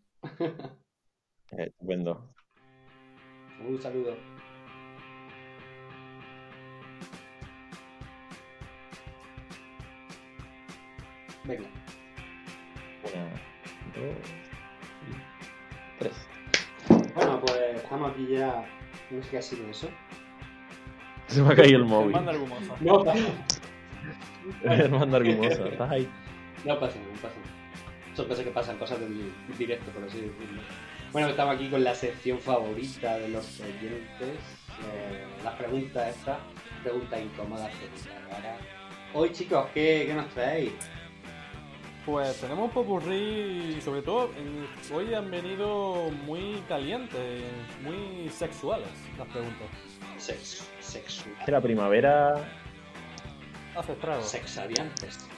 [SPEAKER 3] eh, estupendo.
[SPEAKER 1] Un saludo. Venga.
[SPEAKER 3] Una, dos y tres.
[SPEAKER 1] Bueno, pues estamos aquí ya. No sé qué ha sido eso.
[SPEAKER 3] (laughs) Se me ha caído el
[SPEAKER 2] El
[SPEAKER 3] móvil. (laughs)
[SPEAKER 2] manda hermosa.
[SPEAKER 1] No pasa,
[SPEAKER 3] El
[SPEAKER 2] (laughs)
[SPEAKER 3] mando argumoso. Estás ahí.
[SPEAKER 1] no pasa, no pasa. Son cosas que pasan, cosas del directo, por así decirlo. Bueno, estamos aquí con la sección favorita de los oyentes. eh, las preguntas estas, preguntas incómodas. preguntas raras. Hoy, chicos, ¿qué, qué nos traéis?
[SPEAKER 2] Pues tenemos un popurrí y sobre todo en- hoy han venido muy calientes, muy sexuales las preguntas.
[SPEAKER 1] Sexo, sexo,
[SPEAKER 3] Es que la primavera.
[SPEAKER 2] Hace estragos.
[SPEAKER 1] sexariantes.
[SPEAKER 2] (laughs)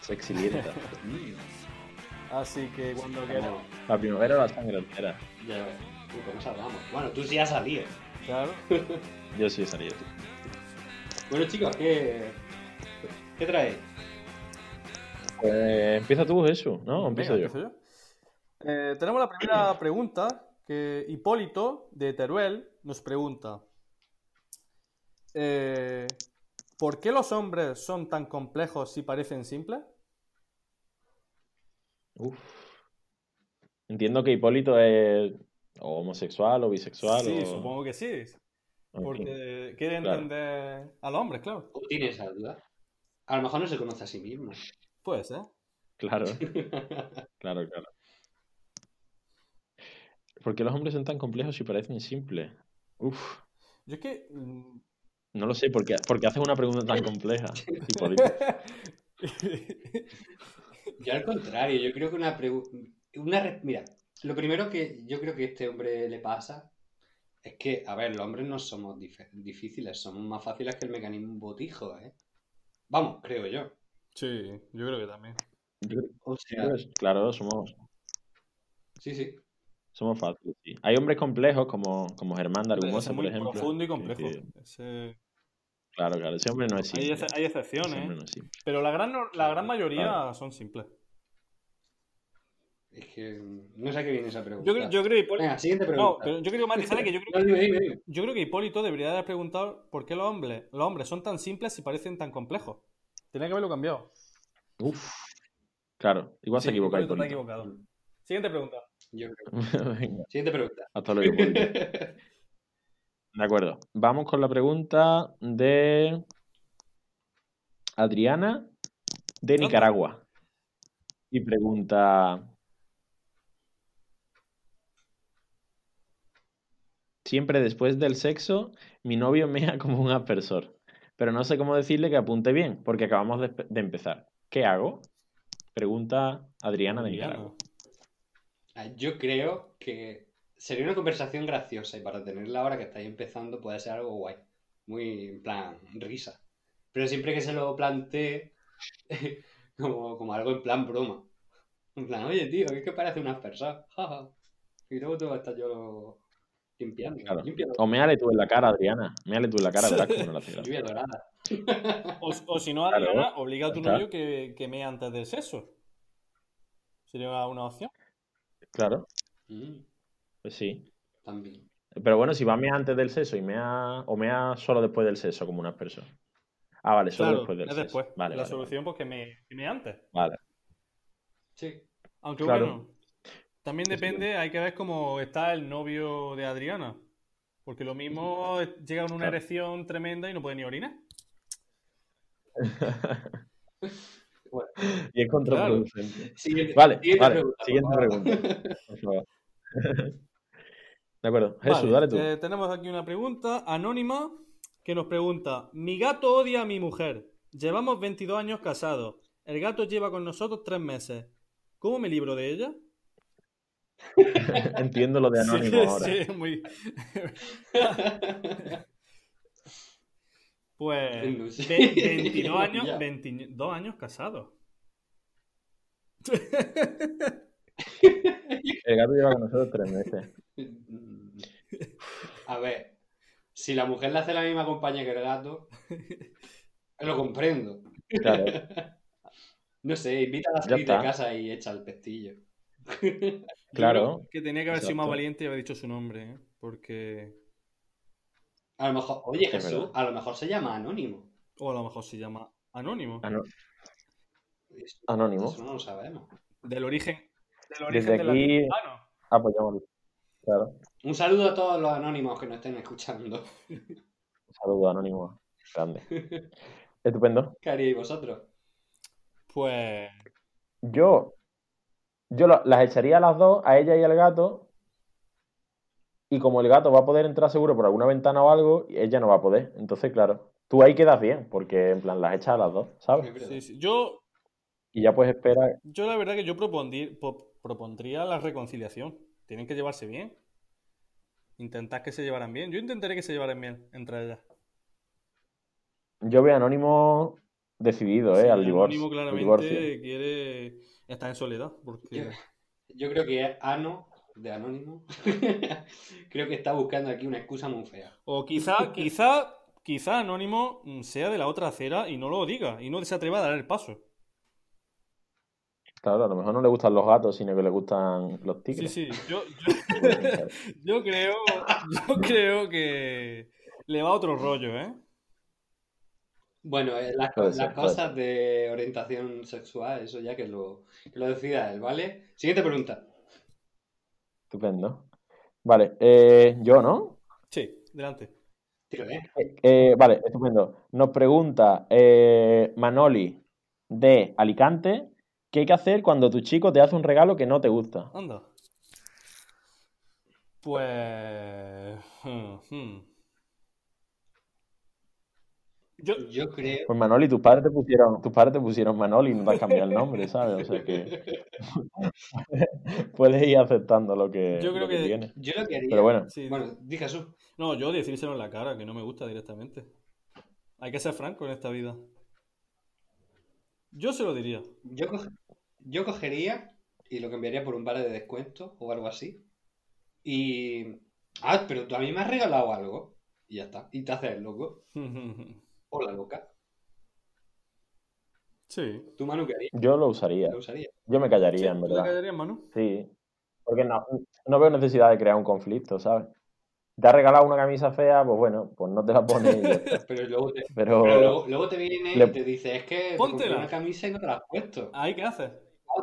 [SPEAKER 3] Sexilienta.
[SPEAKER 2] Así que cuando quieras.
[SPEAKER 1] Como-
[SPEAKER 3] La primavera la sangre entera.
[SPEAKER 1] Ya ves. Uy, ¿Cómo salgamos? Bueno, tú sí has salido.
[SPEAKER 2] Claro.
[SPEAKER 3] Yo sí he salido.
[SPEAKER 1] Bueno, chicos, ¿qué, qué traéis?
[SPEAKER 3] Pues empieza tú, Jesús, ¿no? ¿O empiezo
[SPEAKER 2] Venga,
[SPEAKER 3] yo.
[SPEAKER 2] empiezo yo. Eh, tenemos la primera pregunta que Hipólito de Teruel nos pregunta. eh, ¿Por qué los hombres son tan complejos si parecen simples?
[SPEAKER 3] Uf. Entiendo que Hipólito es o homosexual o bisexual.
[SPEAKER 2] sí,
[SPEAKER 3] o-
[SPEAKER 2] supongo que sí.
[SPEAKER 3] en fin.
[SPEAKER 2] Porque quiere
[SPEAKER 3] claro.
[SPEAKER 2] entender al hombre, claro.
[SPEAKER 1] ¿Tú tienes esa duda? A lo mejor no se conoce a sí mismo.
[SPEAKER 2] Pues, ¿eh?
[SPEAKER 3] Claro, claro, claro. ¿Por qué los hombres son tan complejos si parecen simples? Uf.
[SPEAKER 2] Yo es que. mm,
[SPEAKER 3] No lo sé, porque, porque haces una pregunta tan compleja. Hipólito.
[SPEAKER 1] Yo al contrario, yo creo que una pregunta... Una re- Mira, lo primero que yo creo que a este hombre le pasa es que, a ver, los hombres no somos dif- difíciles, somos más fáciles que el mecanismo botijo, ¿eh? Vamos, creo yo.
[SPEAKER 2] (laughs) Sí, yo creo que también.
[SPEAKER 1] O sea,
[SPEAKER 3] pues, Claro, somos,
[SPEAKER 1] sí, sí.
[SPEAKER 3] somos fáciles. sí. Hay hombres complejos como, como Germán de
[SPEAKER 2] Es
[SPEAKER 3] Argumosa, por
[SPEAKER 2] muy
[SPEAKER 3] ejemplo.
[SPEAKER 2] profundo y
[SPEAKER 3] que-
[SPEAKER 2] complejo.
[SPEAKER 3] que-
[SPEAKER 2] Ese-
[SPEAKER 3] claro, claro, ese hombre no existe.
[SPEAKER 2] hay, ex- hay
[SPEAKER 3] Ese
[SPEAKER 2] excepciones,
[SPEAKER 3] hombre
[SPEAKER 2] ¿eh?
[SPEAKER 3] no existe.
[SPEAKER 2] pero la gran, no- la gran mayoría
[SPEAKER 3] Claro.
[SPEAKER 2] son simples.
[SPEAKER 1] Es que mm, no sé a qué viene esa pregunta.
[SPEAKER 2] Yo, creo- yo creo que Hipólito...
[SPEAKER 1] Venga, siguiente
[SPEAKER 2] No,
[SPEAKER 1] pregunta.
[SPEAKER 2] pero yo creo, Mati, ¿sabes qué? Yo creo
[SPEAKER 1] No,
[SPEAKER 2] que...
[SPEAKER 1] dime, dime, dime.
[SPEAKER 2] Yo creo que Hipólito debería haber preguntado por qué los hombres, los hombres son tan simples y parecen tan complejos. Tenía que haberlo cambiado.
[SPEAKER 3] Uf. Claro, igual
[SPEAKER 2] Sí,
[SPEAKER 3] se equivoca
[SPEAKER 2] Hipólito está
[SPEAKER 3] Hipólito.
[SPEAKER 2] equivocado. Siguiente pregunta.
[SPEAKER 1] Yo creo.
[SPEAKER 3] (laughs) Venga,
[SPEAKER 1] Siguiente pregunta.
[SPEAKER 3] hasta luego, Hipólito. De acuerdo. Vamos con la pregunta de Adriana de
[SPEAKER 2] Anda.
[SPEAKER 3] Nicaragua. Y pregunta... Siempre después del sexo, mi novio mea como un aspersor. Pero no sé cómo decirle que apunte bien, porque acabamos de, de empezar. ¿Qué hago? Pregunta Adriana de Nicaragua.
[SPEAKER 1] Ah, Yo creo que sería una conversación graciosa y para tenerla ahora que estáis empezando puede ser algo guay. Muy, en plan, risa. Pero siempre que se lo plantee (laughs) como, como algo en plan broma. En plan, oye, tío, es que parece unas (laughs) personas. Y luego tengo que estar yo limpiando.
[SPEAKER 3] Claro.
[SPEAKER 1] Limpiando
[SPEAKER 3] O méale tú en la cara, Adriana. Méale tú en la cara, verás cómo no la hace
[SPEAKER 1] la
[SPEAKER 3] gracia.
[SPEAKER 1] lluvia dorada.
[SPEAKER 2] O, o si no,
[SPEAKER 3] Claro.
[SPEAKER 2] Adriana, obliga a tu
[SPEAKER 3] Está.
[SPEAKER 2] novio que, que mee antes del sexo. Sería una, una opción.
[SPEAKER 3] Claro,
[SPEAKER 1] Mm,
[SPEAKER 3] pues sí.
[SPEAKER 1] también.
[SPEAKER 3] Pero bueno, si va a mea antes del sexo y mea, o mea solo después del sexo, como unas personas. Ah, vale, solo después del
[SPEAKER 2] es
[SPEAKER 3] sexo.
[SPEAKER 2] después.
[SPEAKER 3] Vale,
[SPEAKER 2] la
[SPEAKER 3] vale,
[SPEAKER 2] solución, pues que me, que mee antes.
[SPEAKER 3] vale.
[SPEAKER 1] Sí.
[SPEAKER 2] Aunque
[SPEAKER 3] Claro.
[SPEAKER 2] bueno, también
[SPEAKER 3] Sí, sí.
[SPEAKER 2] depende, hay que ver cómo está el novio de Adriana. Porque lo mismo es- llega con una
[SPEAKER 3] Claro.
[SPEAKER 2] erección tremenda y no puede ni orinar.
[SPEAKER 3] vale. Y es contraproducente.
[SPEAKER 1] Siguiente,
[SPEAKER 3] Vale,
[SPEAKER 1] siguiente
[SPEAKER 3] vale.
[SPEAKER 1] pregunta, por
[SPEAKER 3] siguiente
[SPEAKER 1] favor.
[SPEAKER 3] pregunta. Por favor. (laughs) De acuerdo. Jesús,
[SPEAKER 2] Vale,
[SPEAKER 3] dale tú.
[SPEAKER 2] eh, tenemos aquí una pregunta anónima que nos pregunta: Mi gato odia a mi mujer. Llevamos 22 años casados. El gato lleva con nosotros 3 meses. ¿Cómo me libro de ella?
[SPEAKER 3] (laughs) Entiendo lo de anónimo
[SPEAKER 2] (laughs) sí,
[SPEAKER 3] ahora.
[SPEAKER 2] sí, muy.
[SPEAKER 1] (laughs)
[SPEAKER 2] pues. ve- 22
[SPEAKER 1] Ya.
[SPEAKER 2] años, 22 años casados.
[SPEAKER 3] El gato lleva con nosotros tres meses.
[SPEAKER 1] (laughs) A ver, si la mujer le hace la misma compañía que el gato, lo comprendo.
[SPEAKER 3] Claro.
[SPEAKER 1] No sé, invita a la
[SPEAKER 3] Ya
[SPEAKER 1] actriz de
[SPEAKER 3] está.
[SPEAKER 1] casa y echa el pestillo.
[SPEAKER 2] Yo
[SPEAKER 3] Claro.
[SPEAKER 2] creo Que tenía que haber sido más
[SPEAKER 3] Exacto.
[SPEAKER 2] valiente y haber dicho su nombre, ¿eh? Porque.
[SPEAKER 1] A lo mejor, oye
[SPEAKER 3] Es
[SPEAKER 1] Jesús,
[SPEAKER 3] verdad.
[SPEAKER 1] a lo mejor se llama Anónimo.
[SPEAKER 2] O a lo mejor se llama Anónimo.
[SPEAKER 3] Ano-
[SPEAKER 1] Eso,
[SPEAKER 3] Anónimo.
[SPEAKER 1] eso no lo sabemos.
[SPEAKER 2] Del origen. Del
[SPEAKER 3] Desde
[SPEAKER 2] origen de
[SPEAKER 3] aquí
[SPEAKER 2] la. Ah, no.
[SPEAKER 3] apoyamos. Claro.
[SPEAKER 1] Un saludo a todos los anónimos que nos estén escuchando. (laughs)
[SPEAKER 3] Un saludo anónimo. Grande.
[SPEAKER 2] (laughs)
[SPEAKER 3] Estupendo.
[SPEAKER 1] ¿Qué haríais vosotros?
[SPEAKER 2] Pues.
[SPEAKER 3] Yo, yo la- las echaría a las dos, a ella y al gato. Y como el gato va a poder entrar seguro por alguna ventana o algo, ella no va a poder. Entonces, claro, tú ahí quedas bien, porque en plan las echas a las dos,
[SPEAKER 1] Es
[SPEAKER 3] ¿sabes?
[SPEAKER 1] verdad.
[SPEAKER 2] sí, sí. Yo,
[SPEAKER 3] Y ya pues, puedes esperar.
[SPEAKER 2] yo la verdad que yo propondí- po- propondría la reconciliación. Tienen que llevarse bien. Intentad que se llevaran bien. Yo intentaré que se llevaran bien entre ellas.
[SPEAKER 3] Yo veo anónimo decidido, ¿eh?
[SPEAKER 2] Sí,
[SPEAKER 3] Al
[SPEAKER 2] el
[SPEAKER 3] divorcio.
[SPEAKER 2] anónimo claramente
[SPEAKER 3] divorcio.
[SPEAKER 2] quiere estar en soledad. Porque...
[SPEAKER 1] Yo- Yo creo que Ano, de Anónimo, (laughs) creo que está buscando aquí una excusa muy fea.
[SPEAKER 2] O quizá, quizá, quizá Anónimo mm, sea de la otra acera y no lo diga. Y no se atreva a dar el paso.
[SPEAKER 3] Claro, a lo mejor no le gustan los gatos, sino que le gustan los
[SPEAKER 2] Sí,
[SPEAKER 3] tigres.
[SPEAKER 2] sí. Yo, yo, yo creo, yo creo que le va otro rollo, ¿eh?
[SPEAKER 1] Bueno, eh, las,
[SPEAKER 3] Puede
[SPEAKER 1] las
[SPEAKER 3] ser, puede
[SPEAKER 1] cosas de orientación sexual, eso ya que lo, que lo decida él, ¿vale? Siguiente pregunta.
[SPEAKER 3] (laughs) Estupendo. Vale, eh, yo, ¿no?
[SPEAKER 2] Sí, delante.
[SPEAKER 1] Tiro, ¿eh?
[SPEAKER 3] Eh, vale, estupendo. Nos pregunta eh, Manoli de Alicante, ¿qué hay que hacer cuando tu chico te hace un regalo que no te gusta?
[SPEAKER 2] Anda. Pues. hmm, hmm. Yo,
[SPEAKER 1] Yo creo.
[SPEAKER 3] Pues Manoli, tus padres te pusieron, tus padres te pusieron Manoli y no te has cambiado el nombre, ¿sabes? O sea que (laughs) puedes ir aceptando lo que,
[SPEAKER 2] Yo creo
[SPEAKER 3] lo que
[SPEAKER 2] que-
[SPEAKER 3] tiene.
[SPEAKER 1] Yo lo que haría.
[SPEAKER 3] Pero bueno,
[SPEAKER 2] sí.
[SPEAKER 1] Bueno, dije Jesús.
[SPEAKER 2] No, yo decírselo en la cara, que no me gusta directamente. Hay que ser franco en esta vida. Yo se lo diría. (laughs)
[SPEAKER 1] Yo, coge- yo cogería y lo cambiaría por un vale de descuento o algo así. Y. Ah, pero tú a mí me has regalado algo. Y ya está. Y te haces el loco. O la loca.
[SPEAKER 2] Sí.
[SPEAKER 1] Tú, Manu, ¿qué harías?
[SPEAKER 3] yo lo usaría.
[SPEAKER 1] ¿Lo usarías?
[SPEAKER 3] Yo me callaría, en
[SPEAKER 2] ¿Tú te
[SPEAKER 3] verdad.
[SPEAKER 2] callarías, Manu?
[SPEAKER 3] Sí, porque no, no veo necesidad de crear un conflicto, ¿sabes? Te ha regalado una camisa fea, pues bueno, pues no te la pones. y ya está.
[SPEAKER 1] Pero luego te,
[SPEAKER 3] Pero,
[SPEAKER 1] pero luego, luego te viene
[SPEAKER 3] Le-
[SPEAKER 1] y te dice, es que te
[SPEAKER 2] Póntela.
[SPEAKER 1] compré una camisa y no te la has puesto.
[SPEAKER 2] ¿Ahí qué haces?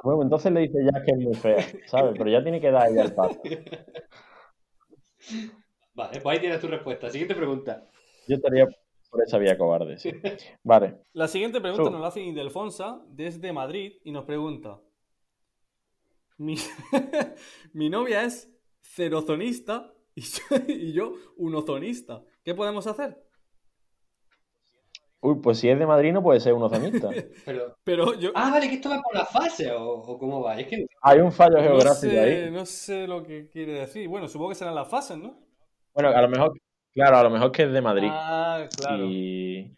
[SPEAKER 3] bueno, entonces le dices ya que es muy fea, ¿sabes? Pero ya tiene que dar ella el paso.
[SPEAKER 1] Vale, pues ahí tienes tu respuesta. Siguiente pregunta.
[SPEAKER 3] Yo estaría por esa vía cobarde, sí. Vale,
[SPEAKER 2] La siguiente pregunta
[SPEAKER 3] Tú.
[SPEAKER 2] nos la hace Indelfonsa desde Madrid y nos pregunta: Mi, (laughs) mi novia es cerozonista y yo, y yo unozonista. ¿Qué podemos hacer?
[SPEAKER 3] uy, pues si es de Madrid no puede ser un ozonista.
[SPEAKER 1] Pero.
[SPEAKER 2] Pero yo
[SPEAKER 1] Ah, vale, que esto va por la fase o, o cómo va. Es que.
[SPEAKER 3] Hay un fallo
[SPEAKER 2] no
[SPEAKER 3] geográfico
[SPEAKER 2] sé,
[SPEAKER 3] ahí.
[SPEAKER 2] no sé lo que quiere decir. Bueno, supongo que serán las fases, ¿no?
[SPEAKER 3] Bueno, a lo mejor, claro, a lo mejor que es de Madrid
[SPEAKER 2] Ah, claro.
[SPEAKER 3] y,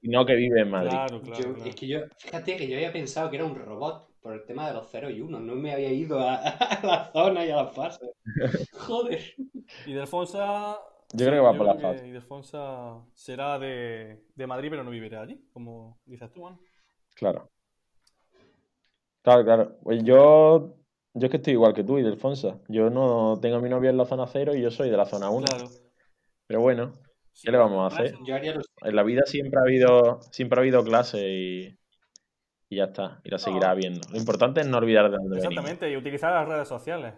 [SPEAKER 3] y no que vive en Madrid.
[SPEAKER 2] Claro,
[SPEAKER 1] yo-
[SPEAKER 2] claro. claro.
[SPEAKER 1] Es que yo. Fíjate que yo había pensado que era un robot por el tema de los 0 y 1. No me había ido a, (laughs) a la zona y a la fase.
[SPEAKER 2] (laughs)
[SPEAKER 1] Joder.
[SPEAKER 2] Y Delfonsa.
[SPEAKER 3] Yo creo que va por la
[SPEAKER 2] creo
[SPEAKER 3] fase.
[SPEAKER 2] que Delfonsa será de, de Madrid, pero no vivirá allí, como dices tú, Manu.
[SPEAKER 3] Claro. Claro, claro. Pues yo, yo es que estoy igual que tú, Ildefonso. Yo no tengo a mi novia en la zona cero y yo soy de la zona uno.
[SPEAKER 2] Claro.
[SPEAKER 3] Pero bueno, ¿qué le vamos a hacer?
[SPEAKER 1] Yo haría lo
[SPEAKER 3] En la vida siempre ha habido, siempre ha habido clase y, y ya está. Y la seguirá habiendo. Lo importante es no olvidar de dónde venimos.
[SPEAKER 2] Exactamente, y utilizar las redes sociales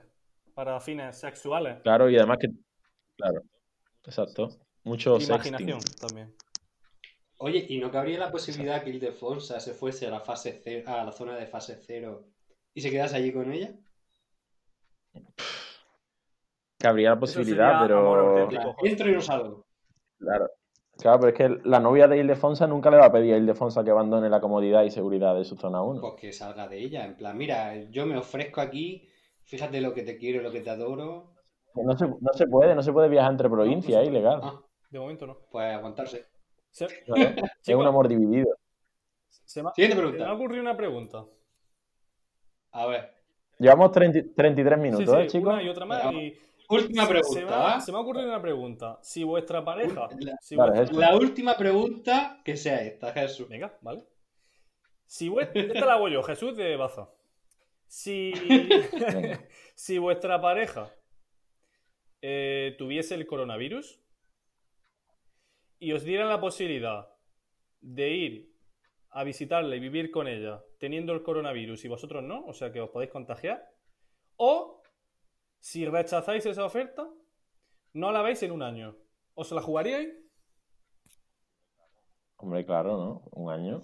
[SPEAKER 2] para fines sexuales.
[SPEAKER 3] Claro, y además que. Claro. Exacto. Mucho sexting.
[SPEAKER 2] Imaginación también.
[SPEAKER 1] Oye, ¿y no cabría la posibilidad que Ildefonsa se fuese a la fase cero, a la zona de fase cero y se quedase allí con ella?
[SPEAKER 3] Que habría la
[SPEAKER 2] Eso
[SPEAKER 3] posibilidad,
[SPEAKER 2] sería
[SPEAKER 3] pero.
[SPEAKER 2] amor
[SPEAKER 1] En plan,
[SPEAKER 2] auténtico, joder.
[SPEAKER 1] Entro y no salgo.
[SPEAKER 3] Claro. Claro, pero es que la novia de Ildefonsa nunca le va a pedir a Ildefonsa que abandone la comodidad y seguridad de su zona 1.
[SPEAKER 1] Pues que salga de ella. En plan, mira, yo me ofrezco aquí, fíjate lo que te quiero, lo que te adoro.
[SPEAKER 3] No se, no se puede, no se puede viajar entre provincias,
[SPEAKER 2] no se
[SPEAKER 3] es ilegal.
[SPEAKER 1] Ah,
[SPEAKER 2] De momento no.
[SPEAKER 1] pues aguantarse.
[SPEAKER 2] Se,
[SPEAKER 3] Es un amor dividido.
[SPEAKER 2] se me,
[SPEAKER 1] Siguiente
[SPEAKER 2] se me ha
[SPEAKER 1] pregunta.
[SPEAKER 2] ocurrido una pregunta.
[SPEAKER 1] A ver,
[SPEAKER 3] Llevamos 30 33 minutos, ¿eh,
[SPEAKER 2] sí, sí,
[SPEAKER 3] chicos?
[SPEAKER 2] una y otra más. y-
[SPEAKER 1] última
[SPEAKER 2] se, me
[SPEAKER 1] pregunta,
[SPEAKER 2] ha,
[SPEAKER 1] ¿va?
[SPEAKER 2] se me ha ocurrido una pregunta. Si vuestra pareja.
[SPEAKER 1] La-
[SPEAKER 2] si
[SPEAKER 3] Vale,
[SPEAKER 2] vuestra-
[SPEAKER 3] es-
[SPEAKER 1] La última pregunta que sea esta, Jesús.
[SPEAKER 2] Venga, vale. Si vuest- Esta la hago yo, Jesús de Baza.
[SPEAKER 3] (laughs)
[SPEAKER 2] Si,
[SPEAKER 3] Venga.
[SPEAKER 2] si vuestra pareja eh, tuviese el coronavirus y os dieran la posibilidad de ir a visitarla y vivir con ella teniendo el coronavirus y vosotros no, o sea que os podéis contagiar, o si rechazáis esa oferta, no la veis en un año. ¿Os la jugaríais?
[SPEAKER 3] Hombre, claro, ¿no? Un año.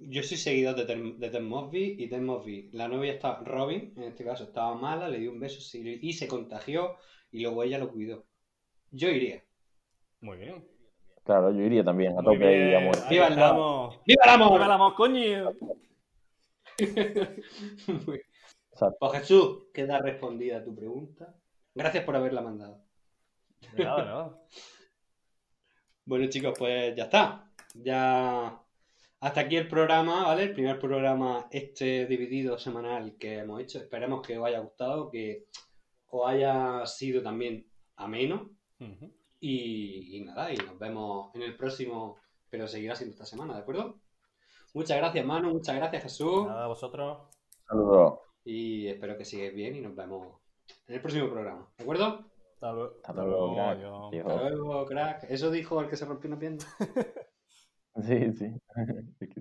[SPEAKER 1] Yo soy seguidor de Ted de Ted Mosby y Ted Mosby. La novia está Robin, en este caso estaba mala, le dio un beso sí, y se contagió y luego ella lo cuidó. Yo iría.
[SPEAKER 2] Muy bien.
[SPEAKER 3] Claro, yo iría también a
[SPEAKER 2] Muy
[SPEAKER 3] tope y a
[SPEAKER 2] bien.
[SPEAKER 3] muerte.
[SPEAKER 2] Ahí
[SPEAKER 1] Viva el amor.
[SPEAKER 2] estamos.
[SPEAKER 1] ¡Viva el amor! (laughs)
[SPEAKER 2] Hablamos, coño.
[SPEAKER 3] Exacto.
[SPEAKER 1] Pues Jesús, queda respondida tu pregunta. Gracias por haberla mandado.
[SPEAKER 2] Nada, nada.
[SPEAKER 1] Bueno, chicos, pues ya está. Ya. Hasta aquí el programa, ¿vale? El primer programa, este dividido semanal que hemos hecho. Esperemos que os haya gustado, que os haya sido también ameno.
[SPEAKER 2] Ujú.
[SPEAKER 1] Y, y nada, y nos vemos en el próximo, pero seguirá siendo esta semana, ¿de acuerdo? Muchas gracias, Manu, muchas gracias, Jesús.
[SPEAKER 2] Nada, vosotros.
[SPEAKER 3] Saludos.
[SPEAKER 1] Y espero que sigáis bien y nos vemos en el próximo programa, ¿de acuerdo?
[SPEAKER 2] Hasta luego.
[SPEAKER 3] Hasta luego, crack.
[SPEAKER 2] adiós.
[SPEAKER 3] Dijo-
[SPEAKER 1] Hasta luego, crack. Eso dijo el que se rompió una pierna.
[SPEAKER 3] Sí, (laughs) sí.